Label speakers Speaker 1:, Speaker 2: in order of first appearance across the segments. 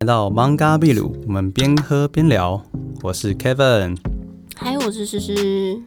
Speaker 1: 来到 Manga 秘鲁，我们边喝边聊。我是 Kevin，
Speaker 2: 嗨，我是诗
Speaker 3: 嗯
Speaker 2: 诗。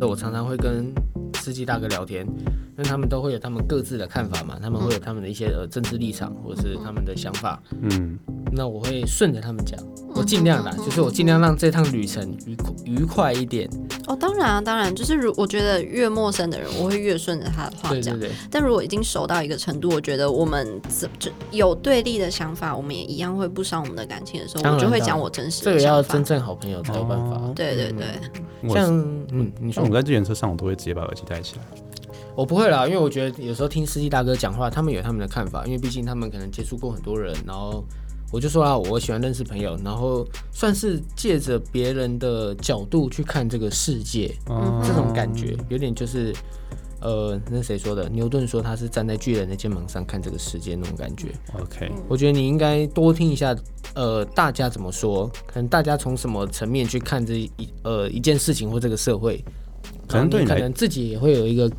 Speaker 3: 我常常会跟司机大哥聊天，因为他们都会有他们各自的看法嘛，他们会有他们的一些呃政治立场或者是他们的想法。
Speaker 1: 嗯，
Speaker 3: 那我会顺着他们讲，
Speaker 2: 嗯
Speaker 3: 我尽量啦，就是我尽量让这趟旅程愉快愉快一点。
Speaker 2: 哦，当然啊，当然，就是如我觉得越陌生的人，我会越顺着他的话
Speaker 3: 对
Speaker 2: 讲。
Speaker 3: 对对，
Speaker 2: 但如果已经熟到一个程度，我觉得我们怎就有对立的想法，我们也一样会不伤我们的感情的时候，
Speaker 3: 当
Speaker 2: 我
Speaker 3: 然
Speaker 2: 就会讲我真实
Speaker 3: 这
Speaker 2: 的
Speaker 3: 个要
Speaker 2: 想法。
Speaker 3: 真正好朋友才有办法。
Speaker 1: 哦
Speaker 2: 对对对，
Speaker 1: 我
Speaker 3: 像嗯，你说
Speaker 1: 像我在自行车上，我都会直接把耳机戴起来。
Speaker 3: 我不会啦，因为我觉得有时候听司机大哥讲话，他们有他们的看法，因为毕竟他们可能接触过很多人，然后我就说啦，我喜欢认识朋友，然后算是借着别人的角度去看这个世界，
Speaker 1: 哦
Speaker 3: 这种感觉有点就是，呃，那谁说的？牛顿说他是站在巨人的肩膀上看这个世界那种感觉。
Speaker 1: OK，
Speaker 3: 我觉得你应该多听一下，呃，大家怎么说？可能大家从什么层面去看这一呃一件事情或这个社会，
Speaker 1: 可能对你
Speaker 3: 然后
Speaker 1: 来
Speaker 3: 可能自己也会有一个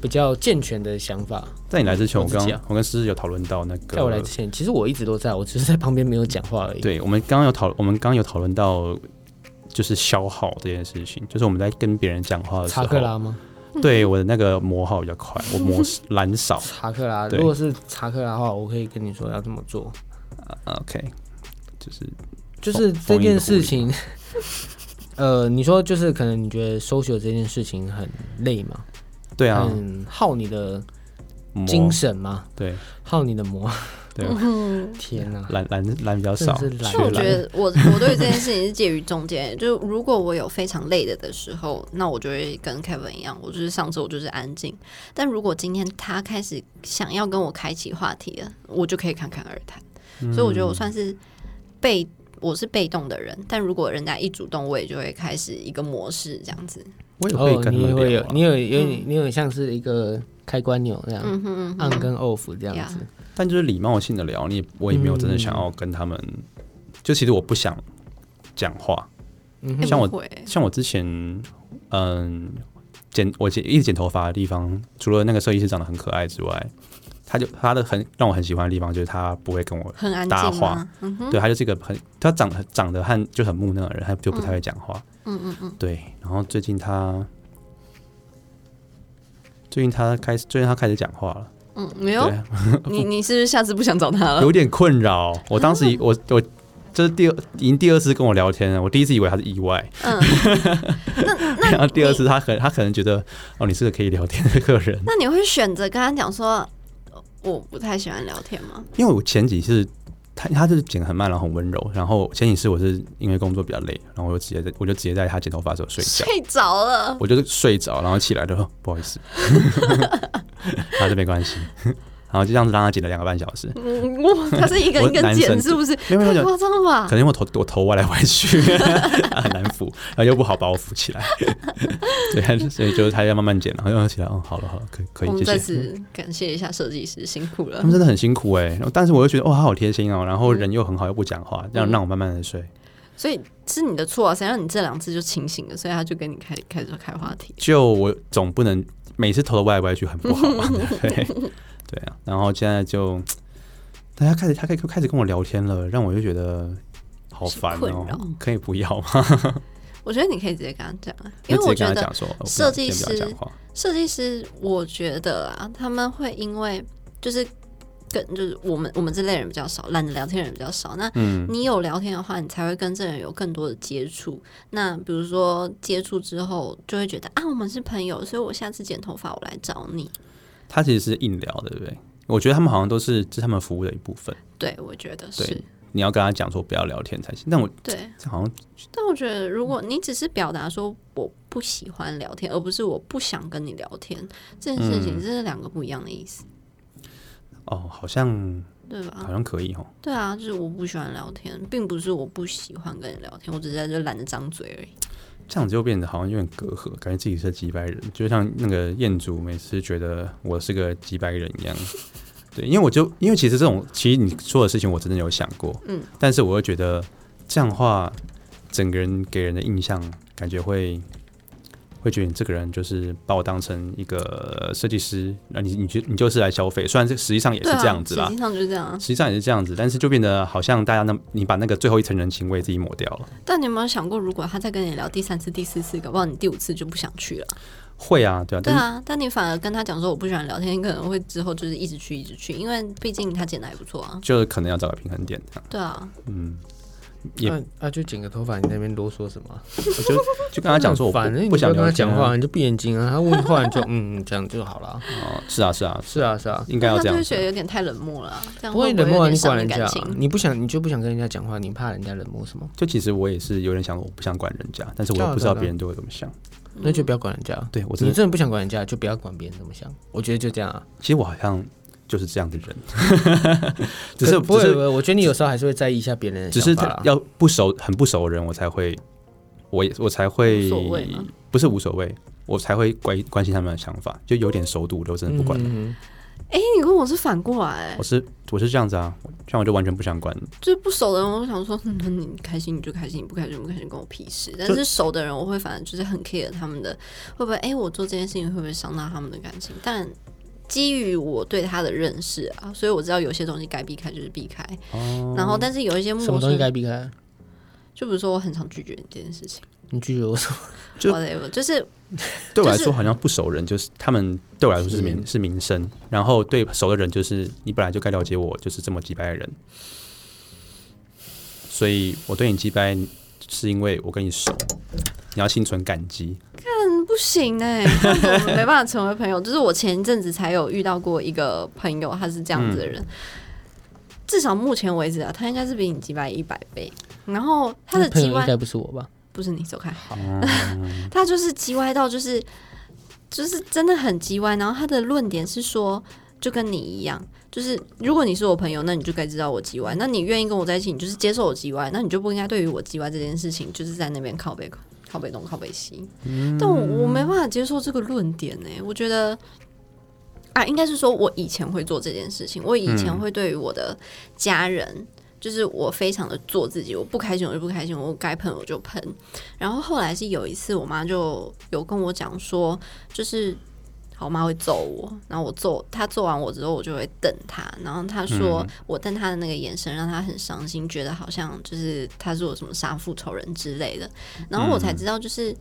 Speaker 3: 比较健全的想法。
Speaker 1: 在你来之前，我
Speaker 3: 我自
Speaker 1: 刚
Speaker 3: 己啊
Speaker 1: 我跟诗诗有讨论到那个，
Speaker 3: 在我来之前，其实我一直都在，我只是在旁边没有讲话而已。
Speaker 1: 对，我们刚刚有讨，我们刚刚有讨论到就是消耗这件事情，就是我们在跟别人讲话的时
Speaker 3: 查
Speaker 1: 候，
Speaker 3: 克拉吗？
Speaker 1: 对我的那个磨耗比较快，我 磨懒少。
Speaker 3: 查克拉，
Speaker 1: 对
Speaker 3: 如果是查克拉的话，我可以跟你说要这么做。
Speaker 1: OK，就是
Speaker 3: 就是这件事情， 呃，你说就是可能你觉得 social 这件事情很累嘛，
Speaker 1: 对啊，
Speaker 3: 很耗你的
Speaker 1: 磨
Speaker 3: 精神嘛，
Speaker 1: 对
Speaker 3: 耗你的魔。啊
Speaker 1: 对，
Speaker 2: 嗯，
Speaker 3: 天哪、
Speaker 1: 懒懒懒比较少，
Speaker 3: 真的是懒
Speaker 2: 但我
Speaker 1: 缺
Speaker 2: 觉
Speaker 1: 懒。
Speaker 2: 得我我对这件事情是介于中间，就如果我有非常累的的时候，那我就会跟 Kevin 一样，我就是上次我就是安静。但如果今天他开始想要跟我开启话题了，我就可以侃侃而谈。所以我觉得我算是被我是被动的人，但如果人家一主动，我也就会开始一个模式这样子。
Speaker 1: 我也会
Speaker 3: 哦，
Speaker 1: 跟
Speaker 3: 你
Speaker 1: 他
Speaker 3: 也
Speaker 1: 们
Speaker 3: 会
Speaker 1: 聊
Speaker 3: 有
Speaker 1: 啊，，
Speaker 3: 你有有点你有点像是一个开关钮这样，
Speaker 2: 嗯哼嗯
Speaker 3: 按
Speaker 2: 哼，
Speaker 3: 跟 off 这样子。
Speaker 1: 但就是礼貌性的聊，你也我也没有真的想要跟他们，就其实我不想讲话。
Speaker 3: 嗯
Speaker 2: 哎
Speaker 3: 哼，
Speaker 1: 像我
Speaker 2: 不会
Speaker 1: 像我之前，嗯，剪我剪一直剪头发的地方，除了那个设计师长得很可爱之外，他就他的很让我很喜欢的地方就是他不会跟我，
Speaker 2: 很安
Speaker 1: 搭
Speaker 2: 静
Speaker 1: 话
Speaker 2: 吗？嗯哼，
Speaker 1: 对他就是一个很他长得长得和就很木讷的人，他就不太会讲话。
Speaker 2: 嗯嗯嗯，
Speaker 1: 对，然后最近他。最近他开始，最近他开始讲话了，
Speaker 2: 嗯，没有，
Speaker 1: 对，
Speaker 2: 你你是不是下次不想找他了？
Speaker 1: 有点困扰。我当时以我我这是第二已经第二次跟我聊天了，我第一次以为他是意外，
Speaker 2: 嗯，
Speaker 1: 然后第二次他可他可能觉得哦你是个可以聊天的客 人，
Speaker 2: 那你会选择跟他讲说，我不太喜欢聊天吗？
Speaker 1: 因为我前几次他他就是剪得很慢，然后很温柔，然后前几次我是因为工作比较累，然后我就直接在我就直接在他剪头发的时候睡觉，
Speaker 2: 睡着了，
Speaker 1: 我就是睡着，然后起来就哦不好意思， 他说没关系， 然后就这样子让他剪了两个半小时，
Speaker 2: 嗯， 我他是一个
Speaker 1: 我
Speaker 2: 一个
Speaker 1: 男
Speaker 2: 剪，
Speaker 1: 生
Speaker 2: 是不是？
Speaker 1: 没有没有没
Speaker 2: 太
Speaker 1: 有
Speaker 2: 夸张了吧
Speaker 1: 可？能我头我头歪来歪去， 很难扶，然后又不好把我扶起来， 对，他就所以就是他要慢慢剪，然后又起来，嗯，好了好了，可以可
Speaker 2: 我
Speaker 1: 以，
Speaker 2: 们
Speaker 1: 谢
Speaker 2: 再
Speaker 1: 谢。
Speaker 2: 次感谢一下设计师，辛苦了
Speaker 1: 他们。真的很辛苦哎、然后但是我又觉得哦，他好贴心哦，然后人又很好，又不讲话，这样
Speaker 2: 嗯
Speaker 1: 让我慢慢的睡。
Speaker 2: 所以是你的错啊，谁让你这两次就清醒了，所以他就跟你开开始开话题。
Speaker 1: 就我总不能每次头都歪来歪去，很不好 嘛，对对啊。然后现在就大家开始，他开始开始跟我聊天了，让我就觉得好烦
Speaker 2: 困
Speaker 1: 哦、
Speaker 2: 扰
Speaker 1: 可以不要吗？
Speaker 2: 我觉得你可以直接跟他讲啊，因
Speaker 1: 就
Speaker 2: 为我
Speaker 1: 直接跟
Speaker 2: 觉
Speaker 1: 他
Speaker 2: 得
Speaker 1: 讲说，哦不要
Speaker 2: 设计
Speaker 1: 先不要讲话，
Speaker 2: 设计师，我觉得啊，他们会因为就是跟就是我们我们这类人比较少，懒得聊天的人比较少，那
Speaker 1: 嗯，
Speaker 2: 你有聊天的话，你才会跟这人有更多的接触。那比如说接触之后，就会觉得啊，我们是朋友，所以我下次剪头发我来找你。
Speaker 1: 他其实是硬聊的，对不对？我觉得他们好像都是这是他们服务的一部分，
Speaker 2: 对，我觉得
Speaker 1: 对
Speaker 2: 是
Speaker 1: 你要跟他讲说不要聊天才行。但我
Speaker 2: 对。
Speaker 1: 这好像
Speaker 2: 但我觉得，如果你只是表达说我不喜欢聊天，而不是我不想跟你聊天，这件事情这是两个不一样的意思，
Speaker 1: 哦，好像
Speaker 2: 对
Speaker 1: 好
Speaker 2: 吧？
Speaker 1: 像可以哦。
Speaker 2: 对啊，就是我不喜欢聊天，并不是我不喜欢跟你聊天，我只是在这懒得张嘴而已。
Speaker 1: 这样子就变得好像有点隔阂，感觉自己是几百人，就像那个彦祖每次觉得我是个几百人一样。 对，因为我就因为其实这种，其实你说的事情我真的有想过，
Speaker 2: 嗯，
Speaker 1: 但是我又觉得这样的话，整个人给人的印象感觉会会觉得你这个人就是把我当成一个设计师，那你你就你就是来消费，虽然这实际上也是
Speaker 2: 对啊
Speaker 1: 这样子啦
Speaker 2: 实际，上就是这样啊。
Speaker 1: 实际上也是这样子，但是就变得好像大家那你把那个最后一层人情味自己抹掉了。
Speaker 2: 但你有没有想过，如果他再跟你聊第三次、第四次，搞不好你第五次就不想去了。
Speaker 1: 会啊，对啊，
Speaker 2: 对
Speaker 1: 但是
Speaker 2: 啊，但你反而跟他讲说我不喜欢聊天，你可能会之后就是一直去、一直去，因为毕竟他剪的还不错啊。
Speaker 1: 就是可能要找个平衡点这样。
Speaker 2: 对啊，
Speaker 1: 嗯，也
Speaker 3: 那那啊就剪个头发，你在那边啰嗦什么啊？
Speaker 1: 我就就跟他讲说我
Speaker 3: 反正
Speaker 1: 不不想
Speaker 3: 跟
Speaker 1: 聊
Speaker 3: 他
Speaker 1: 天
Speaker 3: 讲
Speaker 1: 啊
Speaker 3: 话，你就闭眼睛啊，他问话你就嗯这样就好了啊。
Speaker 1: 哦，是啊是啊，
Speaker 3: 是啊是啊，
Speaker 1: 应该要
Speaker 2: 那
Speaker 1: 这
Speaker 2: 他就
Speaker 1: 样
Speaker 2: 会
Speaker 1: 子
Speaker 2: 觉。得有点太冷漠了啊，这样
Speaker 3: 不会
Speaker 2: 有
Speaker 3: 冷漠啊，
Speaker 2: 点
Speaker 3: 你
Speaker 2: 伤
Speaker 3: 管
Speaker 2: 了
Speaker 3: 人家
Speaker 2: 感
Speaker 3: 啊
Speaker 2: 情？
Speaker 3: 你不想你就不想跟人家讲话，你怕人家冷漠什么？
Speaker 1: 就其实我也是有点想，我不想管人家，但是我
Speaker 3: 对
Speaker 1: 又
Speaker 3: 啊
Speaker 1: 不知道
Speaker 3: 对啊
Speaker 1: 别人对我怎么想。
Speaker 3: 那就不要管人家啊。
Speaker 1: 对我真
Speaker 3: 你
Speaker 1: 的，
Speaker 3: 真的不想管人家，就不要管别人怎么想。我觉得就这样啊。
Speaker 1: 其实我好像就是这样的人，只是
Speaker 3: 可 不
Speaker 1: 不
Speaker 3: 会，
Speaker 1: 是
Speaker 3: 不会我觉得你有时候还是会在意一下别人的
Speaker 1: 只
Speaker 3: 想
Speaker 1: 是
Speaker 3: 法啊啦
Speaker 1: 要不熟很不熟的人，我才会，我也我才会
Speaker 2: 无所谓吗
Speaker 1: 不是无所谓，我才会关关心他们的想法，就有点熟度，我就真的不管。
Speaker 3: 嗯嗯
Speaker 2: 哎、你跟我是反过来、欸
Speaker 1: 我是我是这样子啊，像我就完全不想管，
Speaker 2: 就是不熟的人，我就想说，嗯，你开心你就开心，你不开心不开心，关我屁事。但是熟的人，我会反正就是很 care 他们的，会不会哎、诶我做这件事情会不会伤到他们的感情？但基于我对他的认识啊，所以我知道有些东西该避开就是避开。然后，但是有一些
Speaker 3: 嗯
Speaker 2: 陌
Speaker 3: 什么东西
Speaker 2: 生，
Speaker 3: 该避开？
Speaker 2: 就比如说我很常拒绝你这件事情
Speaker 3: 你拒绝我什么？
Speaker 1: 就
Speaker 2: ，whatever，就是
Speaker 1: 对我来
Speaker 2: 就
Speaker 1: 说好像不熟人就是他们对我来说是民是民生，然后对熟的人就是你本来就该了解我就是这么几百的人，所以我对你几百是因为我跟你熟，你要心存感激。
Speaker 2: 嗯不行哎、这样子我 们没办法成为朋友。就是我前一阵子才有遇到过一个朋友，他是这样子的人。
Speaker 3: 嗯
Speaker 2: 至少目前为止啊，他应该是比你击败一百倍。然后他的
Speaker 3: 朋
Speaker 2: 击
Speaker 3: 友
Speaker 2: 败
Speaker 3: 应该不是我吧？
Speaker 2: 不是你走开， 他就是叽歪到就是就是真的很叽歪，然后他的论点是说，就跟你一样，就是如果你是我朋友，那你就该知道我叽歪，那你愿意跟我在一起，你就是接受我叽歪，那你就不应该对于我叽歪这件事情，就是在那边靠北靠北东靠北西。但我我没办法接受这个论点呢、我觉得。啊，应该是说，我以前会做这件事情。我以前会对于我的家人，就是我非常的做自己，我不开心我就不开心，我该喷我就喷。然后后来是有一次，我妈就有跟我讲说，就是好，我妈会揍我，然后我揍她揍完我之后，我就会瞪她，然后她说、
Speaker 1: 嗯
Speaker 2: 我瞪她的那个眼神让她很伤心，觉得好像就是她是我什么杀父仇人之类的，然后
Speaker 1: 嗯
Speaker 2: 我才知道就是。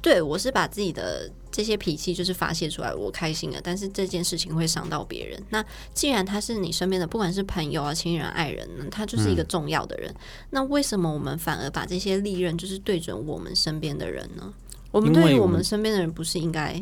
Speaker 2: 对，我是把自己的这些脾气就是发泄出来，我开心了，但是这件事情会伤到别人。那既然他是你身边的，不管是朋友啊、亲人、爱人，他就是
Speaker 1: 嗯
Speaker 2: 一个重要的人，那为什么我们反而把这些利刃就是对准我们身边的人呢？我们
Speaker 1: 因为
Speaker 2: 对于
Speaker 1: 我
Speaker 2: 我
Speaker 1: 们
Speaker 2: 们身边的人，不是应该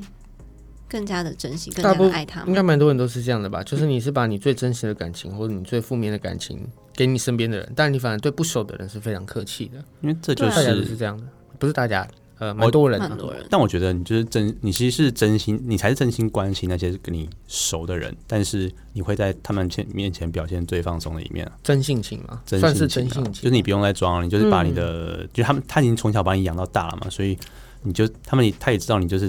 Speaker 2: 更加的珍惜、更
Speaker 3: 大
Speaker 2: 加
Speaker 3: 部
Speaker 2: 的
Speaker 3: 分
Speaker 2: 爱他
Speaker 3: 应
Speaker 2: 吗？
Speaker 3: 该蛮多人都是这样的吧？就是你是把你最真实的感情或者你最负面的感情给你身边的人，但你反而对不熟的人是非常客气的。
Speaker 1: 因为这就
Speaker 2: 对啊
Speaker 3: 大家都
Speaker 1: 是，哦
Speaker 3: 是这样的，不是大家，呃，蛮多人、
Speaker 2: 很
Speaker 3: 啊。
Speaker 2: 多人
Speaker 1: 但我觉得你就是真，你其实是真心，你才是真心关心那些跟你熟的人，但是你会在他们前面前表现最放松的一面啊、
Speaker 3: 真性情嘛，
Speaker 1: 真
Speaker 3: 算是
Speaker 1: 情
Speaker 3: 真
Speaker 1: 啊
Speaker 3: 性情，嗯
Speaker 1: 就是你不用再装了，你就是把你的，就他们他已经从小把你养到大了嘛，所以你就他们也他也知道你就是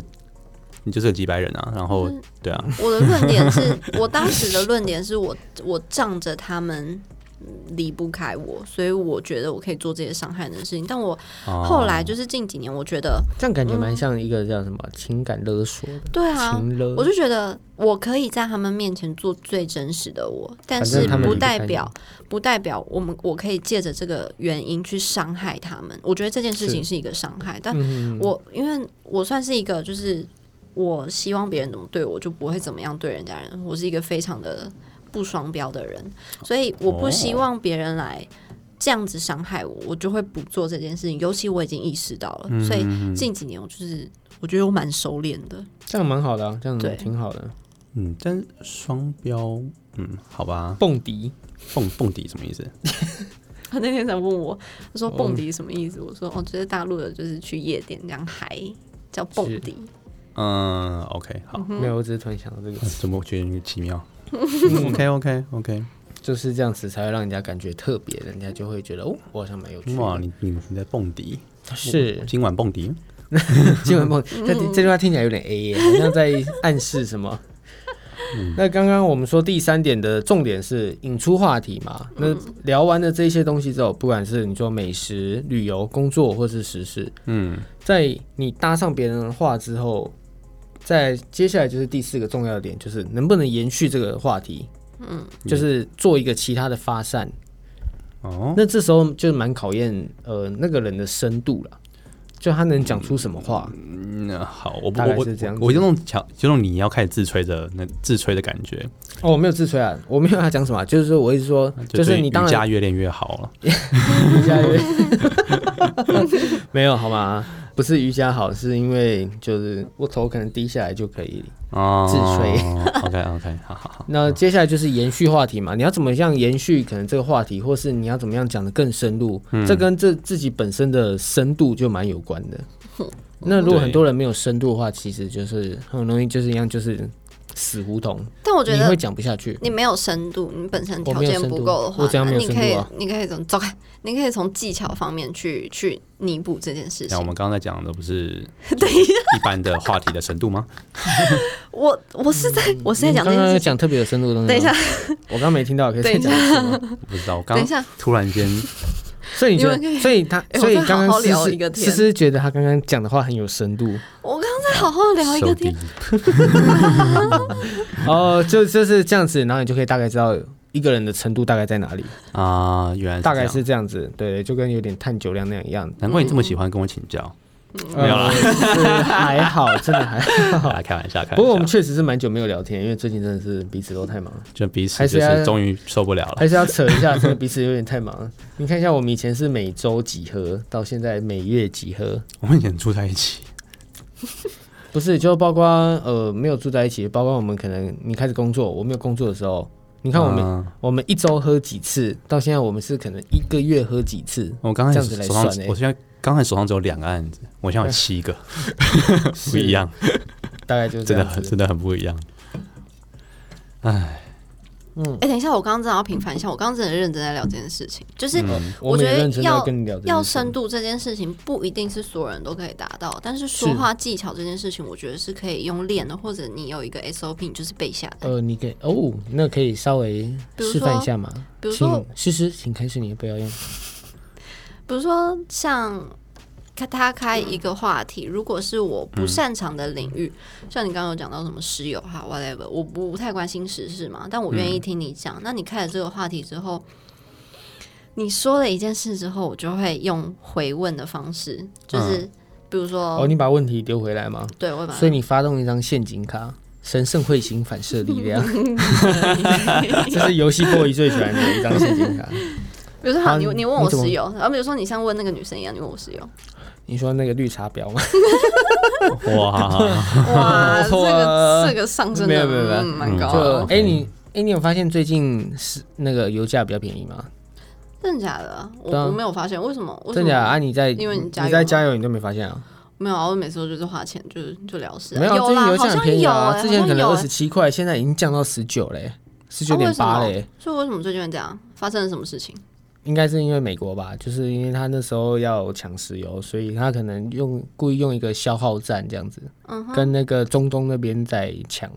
Speaker 1: 你就是个几百人啊，然后
Speaker 2: 嗯
Speaker 1: 对啊，
Speaker 2: 我的论点是 我当时的论点是我我仗着他们嗯离不开我，所以我觉得我可以做这些伤害人的事情。但我
Speaker 1: 哦
Speaker 2: 后来就是近几年，我觉得
Speaker 3: 这样感觉蛮像一个叫什么情感勒索的，
Speaker 2: 对啊，
Speaker 3: 情勒。
Speaker 2: 我就觉得我可以在他们面前做最真实的我，但
Speaker 3: 反
Speaker 2: 是
Speaker 3: 正他们
Speaker 2: 不
Speaker 3: 离不开
Speaker 2: 代表不代表我们我可以借着这个原因去伤害他们。我觉得这件事情是一个伤害，但
Speaker 3: 嗯，
Speaker 2: 我因为我算是一个就是我希望别人怎么对我，就不会怎么样对人家人。我是一个非常的不双标的人，所以我不希望别人来这样子伤害我，我就会不做这件事情。尤其我已经意识到了，所以近几年我就是我觉得我蛮收敛的。
Speaker 3: 这样蛮好的、啊，这样
Speaker 2: 对
Speaker 3: 挺好的。
Speaker 1: 嗯，但是双标，嗯，好吧，
Speaker 3: 蹦迪，
Speaker 1: 蹦蹦迪什么意思？
Speaker 2: 他那天才问我，他说“蹦迪”什么意思？我说：“哦，就是大陆的，就是去夜店这样嗨，叫蹦迪。
Speaker 1: 嗯，OK，好，
Speaker 3: 没有，我只是突然想到这个词，
Speaker 1: 怎么觉得你奇妙？OK
Speaker 3: 嗯
Speaker 1: OK OK，
Speaker 3: 就是这样子才会让人家感觉特别，人家就会觉得哦，我好像蛮有趣的。
Speaker 1: 哇，你你你在蹦迪，
Speaker 3: 是
Speaker 1: 今晚蹦迪，
Speaker 3: 今晚蹦，这这句话听起来有点 A 耶，好像在暗示什么。
Speaker 1: 嗯
Speaker 3: 那刚刚我们说第三点的重点是引出话题嘛？那聊完了这些东西之后，不管是你说美食、旅游、工作或是时事，
Speaker 1: 嗯，
Speaker 3: 在你搭上别人的话之后，在接下来就是第四个重要的点，就是能不能延续这个话题。嗯，就是做一个其他的发散，
Speaker 1: 哦，
Speaker 3: 那这时候就蛮考验呃那个人的深度了，就他能讲出什么话。
Speaker 1: 那好，我不
Speaker 3: 嗯大概
Speaker 1: 我
Speaker 3: 是这样子
Speaker 1: 我我就那种巧，就那种你要开始自吹的那自吹的感觉，
Speaker 3: 哦，我没有自吹啊，我没有要讲什么啊，就是说我一直说，就是你
Speaker 1: 瑜
Speaker 3: 当然
Speaker 1: 伽越练越好了。
Speaker 3: 瑜伽越 没有好吗？不是瑜伽好，是因为就是我头可能低下来就可以。
Speaker 1: 哦，
Speaker 3: 自
Speaker 1: 吹。OK OK，好好好。
Speaker 3: 那接下来就是延续话题嘛，你要怎么样延续可能这个话题，或是你要怎么样讲的更深入，这跟这自己本身的深度就蛮有关的。那如果
Speaker 1: 对
Speaker 3: 很多人没有深度的话，其实就是很容易就是一样就是死胡同，
Speaker 2: 但我觉
Speaker 3: 你
Speaker 2: 得
Speaker 3: 会讲不下去。
Speaker 2: 你没有深度，你本身
Speaker 3: 我
Speaker 2: 条
Speaker 3: 没有
Speaker 2: 件
Speaker 3: 深
Speaker 2: 不
Speaker 3: 度
Speaker 2: 够的话
Speaker 3: 我，怎样
Speaker 2: 那
Speaker 3: 没有
Speaker 2: 你
Speaker 3: 深
Speaker 2: 可以
Speaker 3: 度啊
Speaker 2: 你可以从走开， 你可以从技巧方面去去弥补这件事
Speaker 1: 那
Speaker 2: 情
Speaker 1: 我。们刚刚在讲的不是
Speaker 2: 等一下，
Speaker 1: 一般的话题的深度吗？
Speaker 2: 我我是在我是在
Speaker 3: 嗯你
Speaker 2: 讲这
Speaker 3: 刚刚
Speaker 2: 件
Speaker 3: 有
Speaker 2: 事情。
Speaker 3: 讲特别有深度的东西。
Speaker 2: 等一下，，
Speaker 3: 我刚刚没听到，可以
Speaker 2: 等
Speaker 3: 再
Speaker 2: 一
Speaker 3: 讲
Speaker 2: 下
Speaker 3: 一次吗？
Speaker 1: 我不知道，我刚
Speaker 2: 等一
Speaker 1: 刚
Speaker 2: 下，
Speaker 1: 突然间，
Speaker 3: 所以你觉
Speaker 2: 你们可
Speaker 3: 得，
Speaker 2: 以
Speaker 3: 所以他，
Speaker 2: 哎
Speaker 3: 所以
Speaker 2: 我再
Speaker 3: 刚
Speaker 2: 好好
Speaker 3: 刚思
Speaker 2: 聊一个
Speaker 3: 思
Speaker 2: 天
Speaker 3: 思思觉得他刚刚讲的话很有深度
Speaker 2: 我刚刚在好好聊一个
Speaker 1: 手
Speaker 2: 天
Speaker 1: 低，
Speaker 3: 哦，就就是这样子，然后你就可以大概知道一个人的程度大概在哪里，
Speaker 2: 嗯
Speaker 1: 啊，原来
Speaker 3: 大概
Speaker 1: 这样
Speaker 3: 是这样子，对，就跟有点探酒量那样一样。
Speaker 1: 难怪你这么喜欢跟我请教。
Speaker 2: 嗯
Speaker 1: 没有啦
Speaker 3: 呃， 是还好，真的还好。
Speaker 1: 啊，开玩笑，开玩笑。
Speaker 3: 嗯不过我们确实是蛮久没有聊天，因为最近真的是彼此都太忙
Speaker 2: 哦
Speaker 3: 了，
Speaker 1: 就彼此
Speaker 3: 还是
Speaker 1: 就
Speaker 3: 要
Speaker 1: 是终于受不了了。
Speaker 3: 还是要扯一下，真的彼此有点太忙了。你看一下，我们以前是每周几何，到现在每月几何，
Speaker 1: 我们以前住在一起，
Speaker 3: 不是，就包括呃没有住在一起，包括我们可能你开始工作，我没有工作的时候，你看我们、
Speaker 1: 嗯
Speaker 3: 我们一周喝几次，到现在我们是可能一个月喝几次，
Speaker 1: 我刚才
Speaker 3: 这样子来
Speaker 1: 手上
Speaker 3: 算欸，
Speaker 1: 我现在刚才手上只有两个案子，我现在有七个， 不一样，
Speaker 3: 大概就是这
Speaker 1: 真的
Speaker 3: 样
Speaker 1: 很
Speaker 3: 子。
Speaker 1: 真的很不一样。唉，
Speaker 2: 哎、等一下，我刚刚真的要平反一下，我刚刚真的认真在聊这件事情，就是
Speaker 1: 嗯，
Speaker 3: 我
Speaker 2: 觉
Speaker 3: 们也
Speaker 2: 得
Speaker 3: 认真地
Speaker 2: 要
Speaker 3: 跟你聊这件
Speaker 2: 要
Speaker 3: 事
Speaker 2: 深度这件事情不一定是所有人都可以达到，但是说
Speaker 3: 是
Speaker 2: 话技巧这件事情，我觉得是可以用练的，或者你有一个 SOP，你就是背下来。
Speaker 3: 呃，你给哦，那可以稍微
Speaker 2: 比如
Speaker 3: 示范
Speaker 2: 说
Speaker 3: 一下吗？
Speaker 2: 比如
Speaker 3: 请
Speaker 2: 说
Speaker 3: 诗诗，请开始你的表演。
Speaker 2: 比如说像开他开一个话题，如果是我不擅长的领域，像你刚刚有讲到什么石油哈 whatever，我不太关心时事嘛，但我愿意听你讲。
Speaker 3: 嗯
Speaker 2: 那你开了这个话题之后。你说了一件事之后，我就会用回问的方式，就是比如说，
Speaker 3: 哦，你把问题丢回来吗？
Speaker 2: 对，我会把它
Speaker 3: 所以你发动一张陷阱卡，神圣彗星反射力 量， 这是游戏 boy 最喜欢的一张陷阱卡。
Speaker 2: 比如说，好，
Speaker 3: 好
Speaker 2: 你
Speaker 3: 你
Speaker 2: 你问我
Speaker 3: 你怎么
Speaker 2: 石油，然后比如说你像问那个女生一样，你问我石 油，
Speaker 3: 你说那个绿茶婊吗？
Speaker 1: 哇，
Speaker 2: 哇，这个
Speaker 3: 哇
Speaker 2: 这个上升
Speaker 3: 哦啊没有
Speaker 2: 的
Speaker 3: 没有没有
Speaker 2: 嗯蛮高
Speaker 3: 就
Speaker 1: 哦
Speaker 2: 的，
Speaker 3: 哎、
Speaker 1: OK
Speaker 3: 你哎、你有发现最近是那个油价比较便宜吗？
Speaker 2: 真的假的？我
Speaker 3: 对啊
Speaker 2: 我没有发现，为什么？为什
Speaker 3: 真假的啊？
Speaker 2: 么？
Speaker 3: 你在
Speaker 2: 因为你
Speaker 3: 你
Speaker 2: 加油
Speaker 3: 在
Speaker 2: 啊
Speaker 3: 加油，你都没发现啊？
Speaker 2: 没有啊，我每次都就是花钱，就是就了事啊。
Speaker 3: 没有啊，最近
Speaker 2: 啦，
Speaker 3: 油
Speaker 2: 好
Speaker 3: 价很
Speaker 2: 像
Speaker 3: 便宜
Speaker 2: 有
Speaker 3: 啊，
Speaker 2: 哎，
Speaker 3: 之前可能
Speaker 2: 好像有
Speaker 3: 二十
Speaker 2: 哎
Speaker 3: 七块，现在已经降到十九嘞，十九点八
Speaker 2: 啊为什
Speaker 3: 嘞。
Speaker 2: 所以为什么最近会这样？发生了什么事情？
Speaker 3: 应该是因为美国吧，就是因为他那时候要抢石油，所以他可能用故意用一个消耗战这样子，
Speaker 2: 嗯哼，
Speaker 3: 跟那个中东那边在抢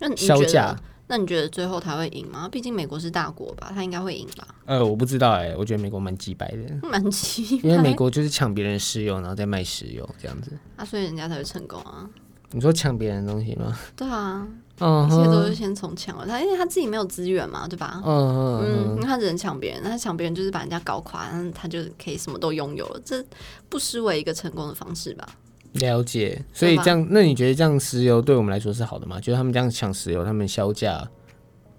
Speaker 2: 那你
Speaker 3: 销
Speaker 2: 觉
Speaker 3: 价
Speaker 2: 得？。那你觉得最后他会赢吗？毕竟美国是大国吧，他应该会赢吧？
Speaker 3: 呃，我不知道哎、我觉得美国蛮鸡白的，
Speaker 2: 蛮奇
Speaker 3: 因为
Speaker 2: 怪
Speaker 3: 美国就是抢别人石油，然后再卖石油这样子。
Speaker 2: 啊，所以人家才会成功啊。
Speaker 3: 你说抢别人的东西吗？
Speaker 2: 对啊，
Speaker 3: 嗯
Speaker 2: 一切都是
Speaker 3: 哼，
Speaker 2: 先从抢了他，因为他自己没有资源嘛，对吧
Speaker 3: 嗯？哼
Speaker 2: 嗯，因
Speaker 3: 嗯
Speaker 2: 为他只能抢别人，那他抢别人就是把人家搞垮，那他就可以什么都拥有了，这不失为一个成功的方式吧？
Speaker 3: 哼，了解。所以这样，那你觉得这样石油对我们来说是好的吗？就是他们这样抢石油，他们销价，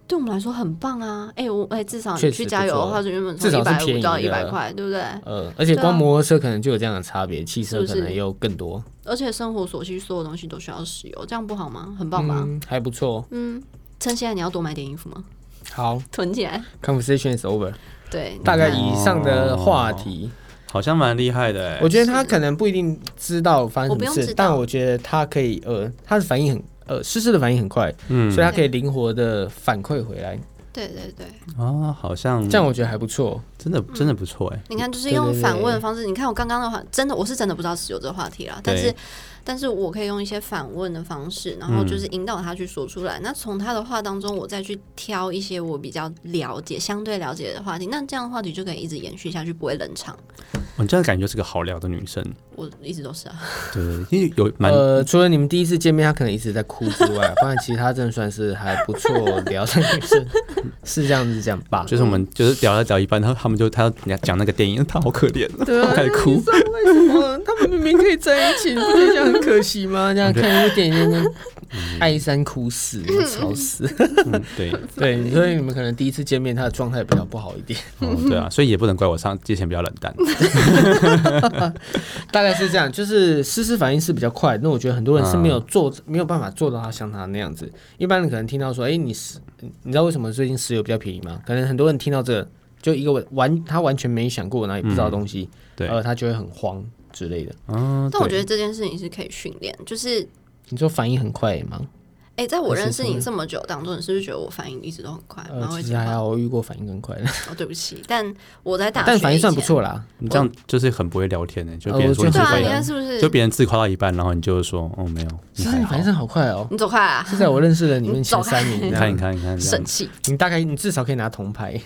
Speaker 2: 对我们来说很棒啊！哎、我哎、至少你
Speaker 3: 确实
Speaker 2: 去
Speaker 3: 不
Speaker 2: 加油的
Speaker 3: 错
Speaker 2: 话，就原本从
Speaker 3: 至少
Speaker 2: 一
Speaker 3: 是
Speaker 2: 百
Speaker 3: 便
Speaker 2: 五
Speaker 3: 宜
Speaker 2: 到一百
Speaker 3: 的
Speaker 2: 块，对不对？
Speaker 3: 呃，而且光
Speaker 2: 对啊
Speaker 3: 摩托车可能就有这样的差别，汽
Speaker 2: 是
Speaker 3: 车
Speaker 2: 不
Speaker 3: 可
Speaker 2: 是
Speaker 3: 能又更多。
Speaker 2: 而且生活所需所有东西都需要石油，这样不好吗？很棒吧？
Speaker 3: 嗯，还不错。
Speaker 2: 嗯，趁现在你要多买点衣服吗？
Speaker 3: 好
Speaker 2: 囤起来。
Speaker 3: ，conversation is over。
Speaker 2: 对，你
Speaker 3: 大概
Speaker 2: 看
Speaker 3: 以上的话题，
Speaker 1: 好像蛮厉害的欸。
Speaker 3: 我觉得他可能不一定知道发生
Speaker 2: 我
Speaker 3: 什
Speaker 2: 不用
Speaker 3: 么
Speaker 2: 知
Speaker 3: 事
Speaker 2: 道，
Speaker 3: 但我觉得他可以呃，他的反应很呃，诗诗的反应很快，
Speaker 1: 嗯
Speaker 3: 所以他可以灵活的反馈回来。
Speaker 2: 对对对，
Speaker 1: 啊，好像
Speaker 3: 这样我觉得还不错。
Speaker 1: 真的真的不错哎、
Speaker 2: 你看，就是
Speaker 3: 对
Speaker 2: 用
Speaker 3: 对
Speaker 2: 反问的
Speaker 3: 对
Speaker 2: 方式。你看我刚刚的话，真的我是真的不知道有这个话题啦，但是
Speaker 1: 对
Speaker 2: 但是我可以用一些反问的方式，然后
Speaker 3: 嗯
Speaker 2: 就是引导他去说出来。那从他的话当中，我再去挑一些我比较了解、相对了解的话题，那这样的话题就可以一直延续下去，不会冷场。
Speaker 1: 我真的感觉是个好聊的女生，
Speaker 2: 我一直都是啊，
Speaker 1: 对对，对因为有蛮、
Speaker 3: 呃，除了你们第一次见面，他可能一直在哭之外，不然其他真的算是还不错聊的女生，是这样子讲 吧？
Speaker 1: 就是我们就是聊到聊一半，然后他们就他要讲那个电影，他好可怜，
Speaker 3: 对啊
Speaker 1: 开始哭
Speaker 3: 你知道为什么他们明明可以在一起，你不觉得这样很可惜吗？这样看一部电影，那边唉三哭四，吵死。
Speaker 1: 嗯，对，
Speaker 3: 对，所以你们可能第一次见面，他的状态比较不好一点，
Speaker 1: 哦 对啊，所以也不能怪我上之前比较冷淡，
Speaker 3: 大概是这样。就是诗诗反应是比较快，那我觉得很多人是没有做，没有办法做到他像他那样子。一般人可能听到说，哎、你石，你知道为什么最近石油比较便宜吗？可能很多人听到这个就一个完，他完全没想过，然后也不知道的东西，
Speaker 1: 嗯对，
Speaker 3: 呃，他就会很慌之类的。
Speaker 1: 嗯，
Speaker 2: 但我
Speaker 1: 对
Speaker 2: 觉得这件事情是可以训练，就是。
Speaker 3: 你说反应很快吗？
Speaker 2: 哎、在我
Speaker 3: 还是
Speaker 2: 认识
Speaker 3: 说
Speaker 2: 你这么久当中，你是不是觉得我反应一直都很快，
Speaker 3: 呃
Speaker 2: 然，后一
Speaker 3: 其
Speaker 2: 直
Speaker 3: 实还
Speaker 2: 哦，
Speaker 3: 好，我遇过反应更快的，
Speaker 2: 对不起，但我在大学，
Speaker 3: 但反应算不。错啦。
Speaker 1: 你这样就是很不会聊天呢、欸就
Speaker 3: 呃
Speaker 1: 别人
Speaker 3: 我
Speaker 1: 说
Speaker 3: 觉
Speaker 1: 你
Speaker 3: 得
Speaker 1: 是
Speaker 2: 对
Speaker 3: 很
Speaker 2: 啊，
Speaker 1: 会
Speaker 2: 你
Speaker 3: 快
Speaker 1: 聊
Speaker 2: 看，是不是？
Speaker 1: 就别人自夸到一半，然后你就说哦没有，你
Speaker 3: 其实
Speaker 1: 还
Speaker 3: 你
Speaker 1: 好
Speaker 3: 反应，是好快哦、
Speaker 2: 你走快啊！
Speaker 3: 是在我认识的里面前三名。啊
Speaker 1: 你看你，看你 看，这
Speaker 2: 生
Speaker 1: 样
Speaker 2: 气，
Speaker 3: 你大概你至少可以拿铜牌。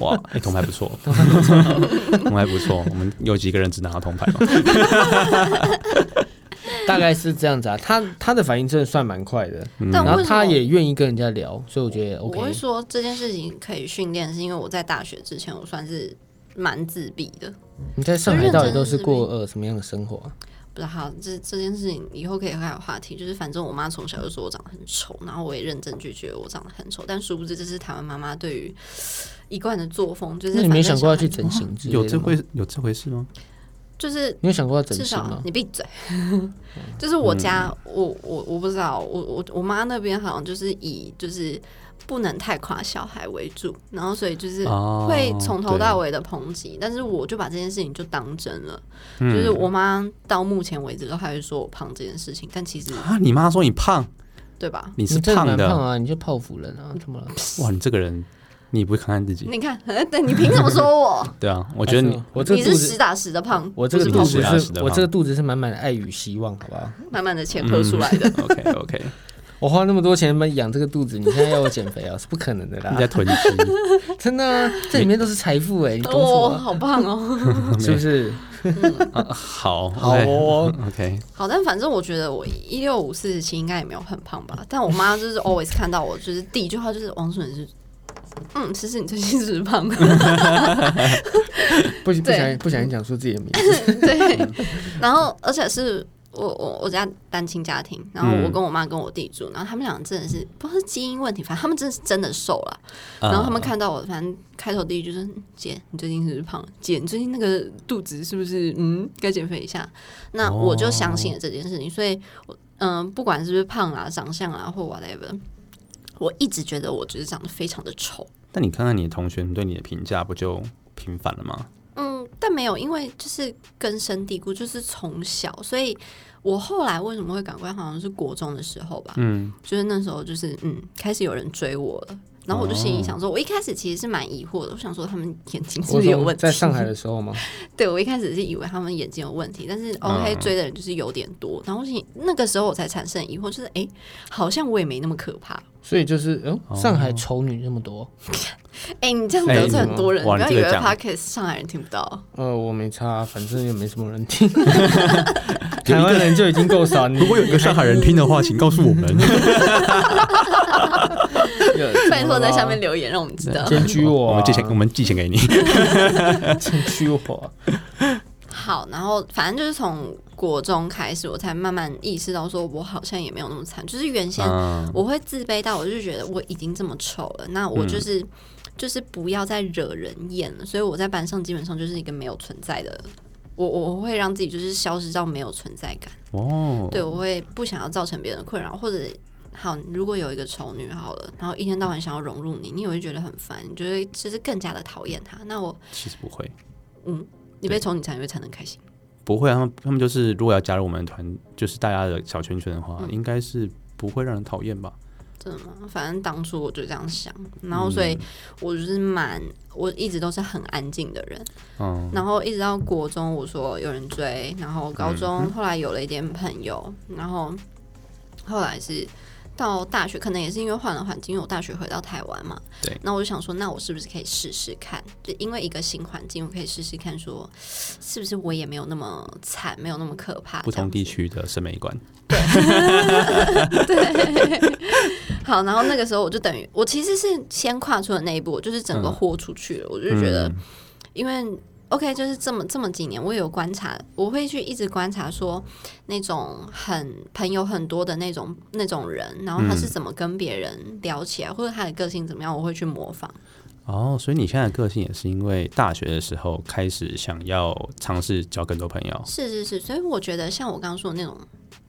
Speaker 1: 哇，哎、铜牌不错，铜牌不错，我们有几个人只拿到铜牌嘛？
Speaker 3: 大概是这样子啊，他他的反应真的算蛮快的，
Speaker 2: 但
Speaker 3: 嗯然
Speaker 2: 为
Speaker 3: 后
Speaker 2: 什
Speaker 3: 他
Speaker 2: 么
Speaker 3: 也愿意跟人家聊，所以我觉得
Speaker 2: 我会
Speaker 3: OK。
Speaker 2: 说这件事情可以训练，是因为我在大学之前我算是蛮自闭的，
Speaker 3: 你在上海到底都是过呃什么样的生活啊、
Speaker 2: 不知道这这件事情以后可以还有话题。就是反正我妈从小就说我长得很丑，然后我也认真拒绝我长得很丑，但殊不知这是台湾妈妈对于一贯的作风，就是
Speaker 3: 那你
Speaker 2: 反
Speaker 3: 没
Speaker 2: 正
Speaker 3: 想过要去
Speaker 2: 小孩
Speaker 3: 整形之类的吗
Speaker 1: 有这回有这回事吗？
Speaker 2: 就是
Speaker 3: 你有想过要整
Speaker 2: 至
Speaker 3: 形
Speaker 2: 少
Speaker 3: 吗？
Speaker 2: 你闭嘴。就是我家，我我我不知道，我我我妈那边好像就是以就是不能太夸小孩为主，然后所以就是
Speaker 1: 哦
Speaker 2: 会从头到
Speaker 1: 对
Speaker 2: 尾的抨击，但是我就把这件事情就当真了。就是我妈到目前为止都还会说我胖这件事情，但其实
Speaker 1: 啊，你妈说你胖，
Speaker 2: 对吧？
Speaker 1: 你是
Speaker 3: 真的
Speaker 1: 胖
Speaker 3: 蛮
Speaker 1: 的，
Speaker 3: 胖啊，你就泡芙人啊，怎么了？
Speaker 1: 哇，你这个人，你不会看看自己？
Speaker 2: 你看， 对，你凭什么说我？
Speaker 1: 对啊，我觉得
Speaker 3: 还
Speaker 1: 你
Speaker 3: 是 我这
Speaker 2: 你
Speaker 3: 个肚
Speaker 2: 是实
Speaker 3: 子，
Speaker 2: 打实的胖，
Speaker 3: 我这个
Speaker 2: 不
Speaker 1: 你
Speaker 2: 是
Speaker 3: 肚
Speaker 2: 泡
Speaker 1: 是实打
Speaker 2: 芙
Speaker 3: 子
Speaker 1: 实
Speaker 3: 是
Speaker 1: 的
Speaker 3: 哎我
Speaker 1: 胖
Speaker 3: 这个肚子是满满的爱与希望，好不好？
Speaker 2: 慢慢的浅刻出来的。
Speaker 3: 嗯
Speaker 1: OK OK，
Speaker 3: 我花那么多钱养这个肚子，你现在要我减肥啊，是 不可能的
Speaker 1: 你
Speaker 3: 啦
Speaker 1: 在！囤积，
Speaker 3: 真的啊，这里面都是财富 哎，你懂什
Speaker 2: 哦，
Speaker 3: 么？
Speaker 2: 好胖哦！
Speaker 3: 是不是？
Speaker 1: 啊好
Speaker 3: 好哦，
Speaker 1: OK，
Speaker 2: 好，但反正我觉得我一六五四十七应该也没有很胖吧。但我妈就是 always 看到我，就是第一句话就是王顺是，嗯，其实你最近是不是胖？
Speaker 3: 不不
Speaker 2: 对
Speaker 3: 想不想讲出自己的名字。
Speaker 2: 对，然后而且是我我我家单亲家庭，然后我
Speaker 3: 嗯
Speaker 2: 跟我妈跟我弟住，然后他们俩真的是不知道是基因问题，反正他们真的是真的瘦了。
Speaker 1: 嗯
Speaker 2: 然
Speaker 1: 呃
Speaker 2: 后他们看到我，反正开头第一句就是嗯姐，你最近是不是胖？姐，你最近那个肚子是不是嗯该减肥一下？那我就相信了这件事情，所以我嗯、不管是不是胖啊、长相啊或 whatever，我一直觉得我就是长得非常的丑。
Speaker 1: 但你看看你的同学对你的评价，不就平反了吗？
Speaker 2: 嗯，但没有，因为就是根深蒂固，就是从小，所以我后来为什么会感官，好像是国中的时候吧，
Speaker 1: 嗯，
Speaker 2: 就是那时候就是嗯，开始有人追我了，然后我就心
Speaker 1: 哦
Speaker 2: 里想说，我一开始其实是蛮疑惑的，我想说他们眼睛是不
Speaker 3: 我
Speaker 2: 是有问题？
Speaker 3: 在上海的时候吗？
Speaker 2: 对我一开始是以为他们眼睛有问题，但是
Speaker 1: 啊
Speaker 2: OK、追的人就是有点多，然后我心那个时候我才产生疑惑，就是哎、诶好像我也没那么可怕。
Speaker 3: 所以就是，哦，上海丑女那么多，
Speaker 2: 哎、你这样得罪很多人，
Speaker 1: 哎哇
Speaker 2: 不要
Speaker 1: 你
Speaker 2: 以
Speaker 1: 这个
Speaker 2: 为
Speaker 1: 讲
Speaker 2: Podcast 上海人听不到。
Speaker 3: 呃，我没差，反正也没什么人 听。台湾人就已经够少，如
Speaker 1: 如果有一个上海人听的话，请告诉我们。
Speaker 2: 拜托在下面留言，让我们知道。
Speaker 3: 检举啊我 啊，
Speaker 1: 我们寄钱，我们寄钱给你。
Speaker 3: 检举我。啊
Speaker 2: 好，然后反正就是从国中开始，我才慢慢意识到，说我好像也没有那么惨。就是原先
Speaker 1: 嗯，
Speaker 2: 我会自卑到，我就觉得我已经这么丑了，那我就是、就是不要再惹人厌了。所以我在班上基本上就是一个没有存在的，我我会让自己就是消失到没有存在感。
Speaker 1: 哦，
Speaker 2: 对，我会不想要造成别人的困扰，或者好，如果有一个丑女好了，然后一天到晚想要融入你，你也会觉得很烦，你就会就是更加的讨厌她。那我
Speaker 1: 其实不会，
Speaker 2: 你被丑女才会才能开心。
Speaker 1: 不会啊。他们他们就是，如果要加入我们的团，就是大家的小圈圈的话，应该是不会让人讨厌吧？
Speaker 2: 真的吗？反正当初我就这样想，然后所以
Speaker 1: 嗯
Speaker 2: 我就是蛮，我一直都是很安静的人，
Speaker 1: 嗯，
Speaker 2: 然后一直到国中，我说有人追，然后高中
Speaker 1: 嗯
Speaker 2: 后来有了一点朋友，然后后来是到大学，可能也是因为换了环境，因为我大学回到台湾嘛，
Speaker 1: 对，
Speaker 2: 那我就想说，那我是不是可以试试看？就因为一个新环境，我可以试试看说是不是我也没有那么惨，没有那么可怕，
Speaker 1: 不同
Speaker 2: 这样
Speaker 1: 地
Speaker 2: 子
Speaker 1: 区的审美观，
Speaker 2: 好，然后那个时候我就等于我其实是先跨出了那一步，我就是整个豁出去了。我就觉得，因为 OK，就是这么这么几年，我有观察，我会去一直观察说那种很朋友很多的那种那种人，然后他是怎么跟别人聊起来，或者他的个性怎么样，我会去模仿。
Speaker 1: 哦，所以你现在的个性也是因为大学的时候开始想要尝试交更多朋友，
Speaker 2: 是是是，所以我觉得像我刚刚说的那种，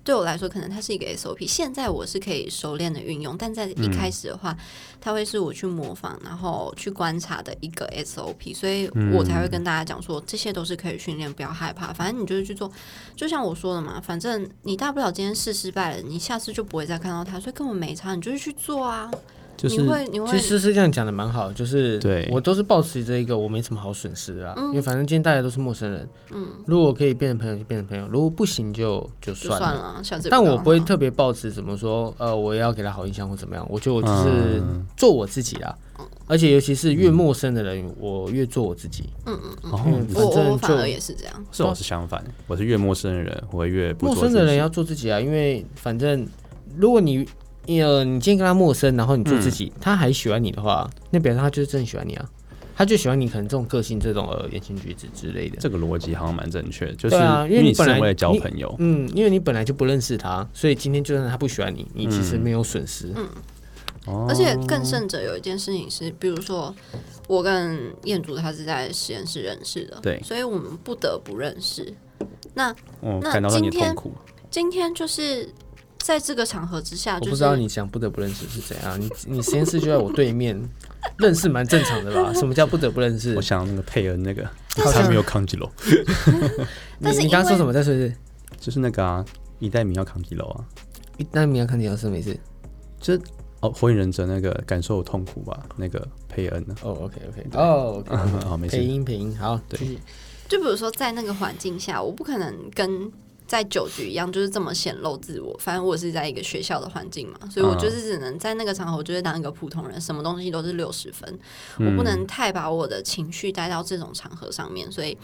Speaker 2: 对我来说可能它是一个 SOP，现在我是可以熟练的运用，但在一开始的
Speaker 3: 嗯
Speaker 2: 话，它会是我去模仿，然后去观察的一个
Speaker 3: 嗯
Speaker 2: SOP，所以我才会跟大家讲说，这些都是可以训练，不要害怕，反正你就是去做，就像我说的嘛，反正你大不了今天试失败了，你下次就不会再看到它，所以根本没差，你就是去做啊，
Speaker 1: 就是
Speaker 2: 你会你会
Speaker 3: 其实是这样讲的蛮好，就是
Speaker 1: 对
Speaker 3: 我都是保持这一个我没什么好损失的啦，因为反正今天大家都是陌生人，
Speaker 2: 嗯，
Speaker 3: 如果可以变成朋友就变成朋友，如果不行就就
Speaker 2: 就
Speaker 3: 算
Speaker 2: 算
Speaker 3: 了。
Speaker 2: 了，下次也
Speaker 3: 但
Speaker 2: 到
Speaker 3: 我不会
Speaker 2: 了
Speaker 3: 特别抱持怎么说，呃，我要给他好印象或怎么样。我觉得我就是
Speaker 1: 嗯
Speaker 3: 做我自己啦，
Speaker 2: 嗯
Speaker 3: 而且尤其是越陌生的人，我越做我自己。
Speaker 1: 哦，
Speaker 3: 嗯
Speaker 2: 我
Speaker 3: 反正
Speaker 2: 我我反
Speaker 3: 就
Speaker 2: 而也是这样，
Speaker 1: 是我是相反，我是越陌生的人，我会越不
Speaker 3: 陌
Speaker 1: 做
Speaker 3: 生
Speaker 1: 自
Speaker 3: 的人
Speaker 1: 己
Speaker 3: 要做自己啊，因为反正如果你呃你今天跟他陌生，然后你做自己，
Speaker 1: 嗯
Speaker 3: 他还喜欢你的话，那表示他就是真的喜欢你啊，他就喜欢你可能这种个性、这种呃言行举止之类的。
Speaker 1: 这个逻辑好像蛮正确的，就是
Speaker 3: 对啊因为
Speaker 1: 为
Speaker 3: 你
Speaker 1: 你是
Speaker 3: 本来
Speaker 1: 为了交
Speaker 3: 你
Speaker 1: 朋友，
Speaker 3: 嗯，因为你本来就不认识他，所以今天就算他不喜欢你，你其
Speaker 1: 嗯
Speaker 3: 实没有损失。
Speaker 2: 嗯啊
Speaker 1: 哦
Speaker 2: 而且更甚者，有一件事情是，比如说我跟彦祖他是在实验室认识的，
Speaker 1: 对
Speaker 2: 所以我们不得不认识。那
Speaker 1: 我
Speaker 2: 那
Speaker 1: 感哦到到你的痛
Speaker 2: 今天
Speaker 1: 苦，
Speaker 2: 今天就是在这个场合之下，
Speaker 3: 我
Speaker 2: 就
Speaker 3: 不知
Speaker 2: 是
Speaker 3: 道你讲不得不认识是怎样，你你实验室就在我对面，认识蛮正常的 吧？什么叫不得不认识
Speaker 1: 我？想那个佩恩 那个，
Speaker 2: 但是
Speaker 1: 他没有康吉楼，
Speaker 3: 你
Speaker 2: 但是
Speaker 3: 你刚
Speaker 2: 因
Speaker 3: 刚
Speaker 2: 为
Speaker 3: 说什么？再说一次。
Speaker 1: 就是那个啊，一代名要康吉楼啊，
Speaker 3: 那你要看你要是没事。
Speaker 1: 就是哦，火影忍者那个感受痛苦吧，那个佩恩呢、
Speaker 3: 哦，OK OK，哦
Speaker 1: 啊，
Speaker 3: ，OK，
Speaker 1: 好没
Speaker 3: 配
Speaker 1: 事，
Speaker 3: 音配音，好，
Speaker 1: 对
Speaker 3: 继续
Speaker 2: 就比如说在那个环境下，我不可能跟在酒局一样，就是这么显露自我。反正我是在一个学校的环境嘛，所以我就是只能在那个场合，我就是当一个普通人，什么东西都是六十分，我不能太把我的情绪带到这种场合上面。所以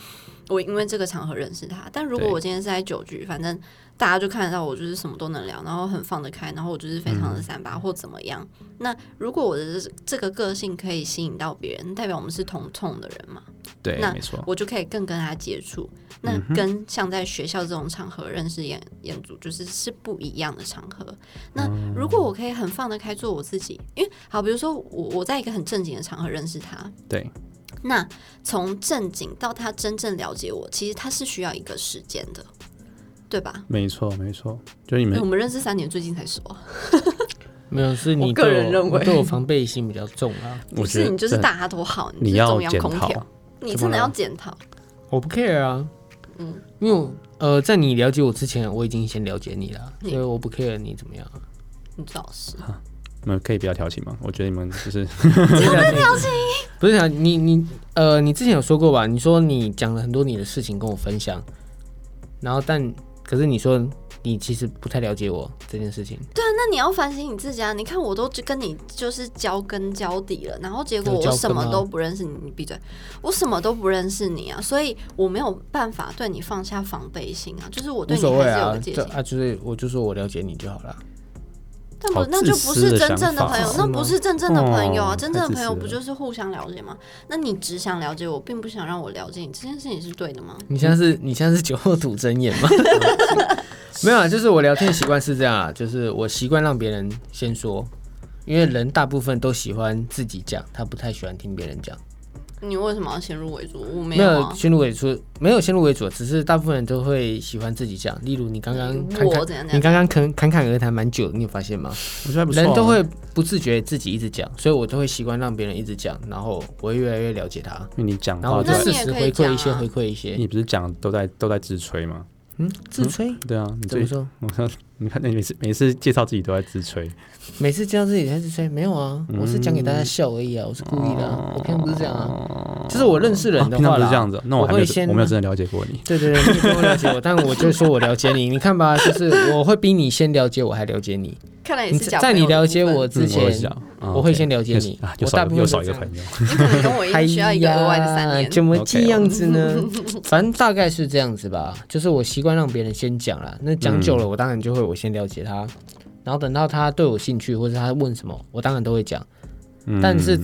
Speaker 2: 我因为这个场合认识他，但如果
Speaker 1: 对
Speaker 2: 我今天是在酒局，反正大家就看得到我就是什么都能聊，然后很放得开，然后我就是非常的三八或怎么样。那如果我的这这个个性可以吸引到别人，代表我们是同痛的人嘛？
Speaker 1: 对，
Speaker 2: 那
Speaker 1: 没错，
Speaker 2: 我就可以更跟他接触。那
Speaker 1: 嗯
Speaker 2: 跟像在学校这种场合认识演演组，就是是不一样的场合。那
Speaker 1: 哦
Speaker 2: 如果我可以很放得开做我自己，因为好，比如说我我在一个很正经的场合认识他，
Speaker 1: 对，
Speaker 2: 那从正经到他真正了解我，其实他是需要一个时间的，对吧？
Speaker 1: 没错，没错，就是你们
Speaker 2: 我们认识三年，最近才熟，
Speaker 3: 没有，是你
Speaker 2: 我个
Speaker 3: 对
Speaker 2: 人
Speaker 3: 我
Speaker 2: 认为
Speaker 3: 对我防备心比较重啊，
Speaker 1: 我
Speaker 2: 不
Speaker 1: 觉
Speaker 2: 是
Speaker 1: 得
Speaker 2: 你就是
Speaker 1: 这
Speaker 2: 大家都好，
Speaker 1: 你
Speaker 2: 是
Speaker 1: 要
Speaker 2: 中央
Speaker 1: 检
Speaker 2: 空
Speaker 1: 讨
Speaker 2: 调，，你
Speaker 3: 怎
Speaker 2: 真
Speaker 3: 么
Speaker 2: 的要
Speaker 3: 了
Speaker 2: 检讨。
Speaker 3: 我不 care 啊，嗯，因为我呃，在你了解我之前，我已经先了解你了，啊
Speaker 2: 嗯
Speaker 3: 所以我不 care 你怎么样啊。
Speaker 2: 你最好是，
Speaker 1: 你们可以不要调情吗？ 我觉得你们就是
Speaker 3: 不是表情，不是啊，你你呃，你之前有说过吧？你说你讲了很多你的事情跟我分享，然后但可是你说你其实不太了解我这件事情，
Speaker 2: 那你要反省你自己啊！你看我都就跟你就是交根交底了，然后结果
Speaker 3: 有交
Speaker 2: 我
Speaker 3: 根
Speaker 2: 什么
Speaker 3: 吗
Speaker 2: 都不认识你，你闭嘴！我什么都不认识你啊，所以我没有办法对你放下防备心啊，就是我
Speaker 3: 无
Speaker 2: 对你
Speaker 3: 所谓
Speaker 2: 还是有
Speaker 3: 啊
Speaker 2: 个，界
Speaker 3: 这
Speaker 2: 限。
Speaker 3: 啊就是我就说我了解你就好了。
Speaker 2: 但不
Speaker 1: 好，
Speaker 2: 那
Speaker 1: 自
Speaker 2: 就不
Speaker 1: 私的
Speaker 2: 是真正的
Speaker 1: 想法
Speaker 2: 朋友
Speaker 1: 是，
Speaker 2: 那
Speaker 3: 吗
Speaker 2: 不是真正的朋友啊！
Speaker 1: 哦
Speaker 2: 真正的朋友
Speaker 1: 太自私了
Speaker 2: 不就是互相了解吗？那你只想了解我，并不想让我了解你，这件事情是对的吗？
Speaker 3: 你现在是你现在是酒后吐真言吗？ 没有啊，就是我聊天习惯是这样啊，就是我习惯让别人先说，因为人大部分都喜欢自己讲，他不太喜欢听别人讲。
Speaker 2: 你为什么要先入为主？我没
Speaker 3: 没
Speaker 2: 有
Speaker 3: 有
Speaker 2: 啊，
Speaker 3: 先入为主，没有先入为主，只是大部分人都会喜欢自己讲。例如你刚刚侃侃
Speaker 2: 嗯我怎样怎样？
Speaker 3: 你刚刚侃侃侃而谈蛮久，你有发现吗？
Speaker 1: 我觉得还不错啊、
Speaker 3: 人都会不自觉自己一直讲，所以我都会习惯让别人一直讲，然后我会越来越了解他，
Speaker 1: 因为你讲
Speaker 3: 然
Speaker 1: 话
Speaker 3: 后我就
Speaker 1: 都
Speaker 2: 哦
Speaker 1: 在
Speaker 2: 那你
Speaker 3: 适
Speaker 2: 也可
Speaker 3: 时
Speaker 2: 以
Speaker 3: 回馈一
Speaker 2: 讲
Speaker 3: 些，
Speaker 2: 啊
Speaker 3: 回馈一些。
Speaker 1: 你不是讲都在都在自吹吗？
Speaker 3: 嗯，自吹、
Speaker 1: 对啊，你
Speaker 3: 怎
Speaker 1: 最
Speaker 3: 么说？
Speaker 1: 我看你看那每次每次介绍自己都在自吹，
Speaker 3: 每次见到自己在自吹，没有啊，
Speaker 1: 嗯
Speaker 3: 我是讲给大家笑而已啊，我是故意的、啊，我平常不是这样啊，就是我认识人
Speaker 1: 啊
Speaker 3: 的
Speaker 1: 平常
Speaker 3: 话
Speaker 1: 不
Speaker 3: 啦，
Speaker 1: 是这哦样子哦，那我
Speaker 3: 我
Speaker 1: 还没
Speaker 3: 会
Speaker 1: 有
Speaker 3: 先
Speaker 1: 我没有真的了解过你。
Speaker 3: 对对对，你多了解我，但我就说我了解你。你看吧， 就是我会比你先了解我，还了解你。
Speaker 2: 看来也
Speaker 3: 你
Speaker 2: 是讲
Speaker 3: 在你了解我
Speaker 2: 我，
Speaker 3: 之
Speaker 1: 嗯、我
Speaker 3: 前
Speaker 1: 也，是啊啊
Speaker 3: 我会
Speaker 1: OK
Speaker 3: 先了解
Speaker 1: 又是
Speaker 3: 你
Speaker 1: 啊，又
Speaker 3: 我
Speaker 1: 少
Speaker 3: 大
Speaker 1: 一
Speaker 3: 部
Speaker 1: 个又
Speaker 3: 分都
Speaker 1: 少一
Speaker 3: 这
Speaker 1: 个
Speaker 3: 样
Speaker 1: 朋友，
Speaker 2: 你可能跟我一
Speaker 3: 哎
Speaker 2: 样需要一个额外的 三
Speaker 3: 呀
Speaker 2: 年。
Speaker 3: 怎么
Speaker 1: OK，
Speaker 3: 这样子呢？ 反正大概是这样子吧，就是我习惯让别人先讲啦。那讲久了，我当然就会我先了解他，然后等到他对我兴趣或者他问什么，我当然都会讲。
Speaker 1: 嗯
Speaker 3: 但是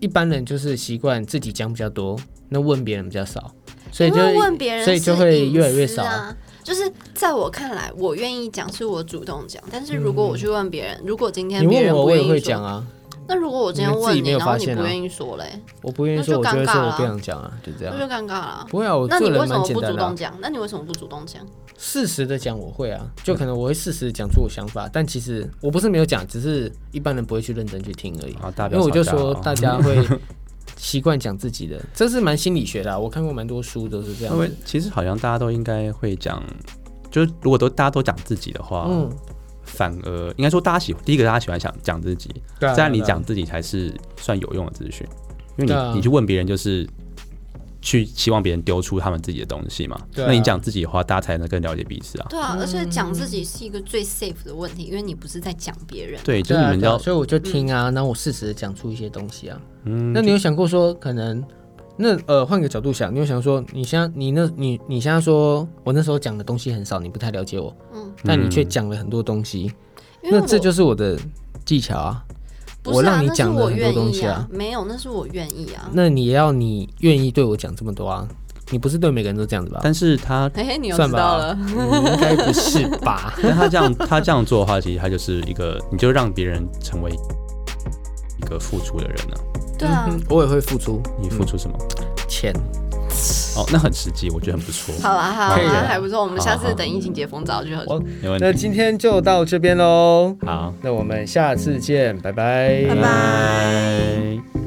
Speaker 3: 一般人就是习惯自己讲比较多，那问别人比较少，所以
Speaker 2: 因
Speaker 3: 就
Speaker 2: 为问别人、
Speaker 3: 所以就会越来越少。
Speaker 2: 啊。就是在我看来，我愿意讲是我主动讲，但是如果我去问别人，如果今天
Speaker 3: 嗯你
Speaker 2: 别
Speaker 3: 问
Speaker 2: 人
Speaker 3: 我，
Speaker 2: 不
Speaker 3: 我也
Speaker 2: 愿意
Speaker 3: 会
Speaker 2: 说，
Speaker 3: 讲啊。
Speaker 2: 那如果我今天
Speaker 3: 你们自
Speaker 2: 问
Speaker 3: 己没有
Speaker 2: 然后
Speaker 3: 发
Speaker 2: 你
Speaker 3: 现啊
Speaker 2: 不愿意说嘞，
Speaker 3: 我不愿意
Speaker 2: 那
Speaker 3: 说，
Speaker 2: 就
Speaker 3: 我就会
Speaker 2: 尴尬
Speaker 3: 说我
Speaker 2: 了
Speaker 3: 不想讲啊，就这样
Speaker 2: 那。就尴尬了。
Speaker 3: 不会啊，我
Speaker 2: 那
Speaker 3: 做
Speaker 2: 你
Speaker 3: 人
Speaker 2: 为什
Speaker 3: 蛮
Speaker 2: 么
Speaker 3: 简
Speaker 2: 不
Speaker 3: 单
Speaker 2: 主
Speaker 3: 的啊、
Speaker 2: 动讲？那你为什么不主动讲？
Speaker 3: 事实的讲我会啊，就可能我会适时地讲出我想法，但其实我不是没有讲，只是一般人不会去认真去听而已。
Speaker 1: 啊，大
Speaker 3: 因为我就说大
Speaker 1: 大
Speaker 3: 家会 习惯讲自己的，这是蛮心理学的啊、我看过蛮多书都是这样
Speaker 1: 因为
Speaker 3: 子。
Speaker 1: 其实好像大家都应该会讲，就是如果都大家都讲自己的话，
Speaker 3: 嗯，
Speaker 1: 反而应该说大家喜第一个大家喜欢想讲自己，
Speaker 3: 对啊
Speaker 1: 这样你讲自己才是算有用的资讯，因为你、
Speaker 3: 对啊
Speaker 1: 你去问别人就是。去希望别人丢出他们自己的东西嘛？
Speaker 3: 对啊
Speaker 1: 那你讲自己的话，大家才能更了解彼此啊。
Speaker 2: 对啊，而且讲自己是一个最 safe 的问题，因为你不是在讲别人。
Speaker 1: 对，就
Speaker 3: 对
Speaker 1: 是你
Speaker 3: 啊，
Speaker 1: 们
Speaker 3: 对啊
Speaker 1: 要
Speaker 3: 所以我就听啊，然后我适时的讲出一些东西啊。
Speaker 1: 嗯
Speaker 3: 那你有想过说，可能那呃，换个角度想，你有想说，你现在你那你你现在说我那时候讲的东西很少，你不太了解我，
Speaker 2: 嗯，
Speaker 3: 但你却
Speaker 1: 嗯
Speaker 3: 讲了很多东西，
Speaker 2: 因为
Speaker 3: 那
Speaker 2: 我
Speaker 3: 这就是我的技巧啊。
Speaker 2: 不是啊
Speaker 3: 我让你
Speaker 2: 那是
Speaker 3: 讲了
Speaker 2: 我
Speaker 3: 很多
Speaker 2: 愿
Speaker 3: 东
Speaker 2: 意
Speaker 3: 西啊
Speaker 2: 啊，没有，那是我愿意啊。
Speaker 3: 那你也要你愿意对我讲这么多啊？你不是对每个人都这样子吧？
Speaker 1: 但是他
Speaker 2: 嘿嘿，你又
Speaker 3: 算
Speaker 2: 知
Speaker 3: 吧啊嗯
Speaker 2: 道 了，
Speaker 3: 应该不是吧？
Speaker 1: 但他这样 他这样做的话，其实他就是一个，你就让别人成为一个付出的人呢、
Speaker 2: 对啊。
Speaker 3: 嗯我也会付出
Speaker 1: 你付出什么？
Speaker 3: 钱，
Speaker 1: 哦，那很实际，我觉得很不错。
Speaker 2: 好啦好
Speaker 3: 可以
Speaker 2: 啦，
Speaker 3: 的
Speaker 2: 还不错。我们
Speaker 1: 好
Speaker 2: 下
Speaker 1: 好
Speaker 2: 次等疫情解封找去喝酒
Speaker 3: 我。
Speaker 1: 没问
Speaker 3: 那
Speaker 1: 题。
Speaker 3: 今天就到这边喽。
Speaker 1: 好，
Speaker 3: 那我们下次见，拜拜，
Speaker 2: 拜拜
Speaker 1: 拜。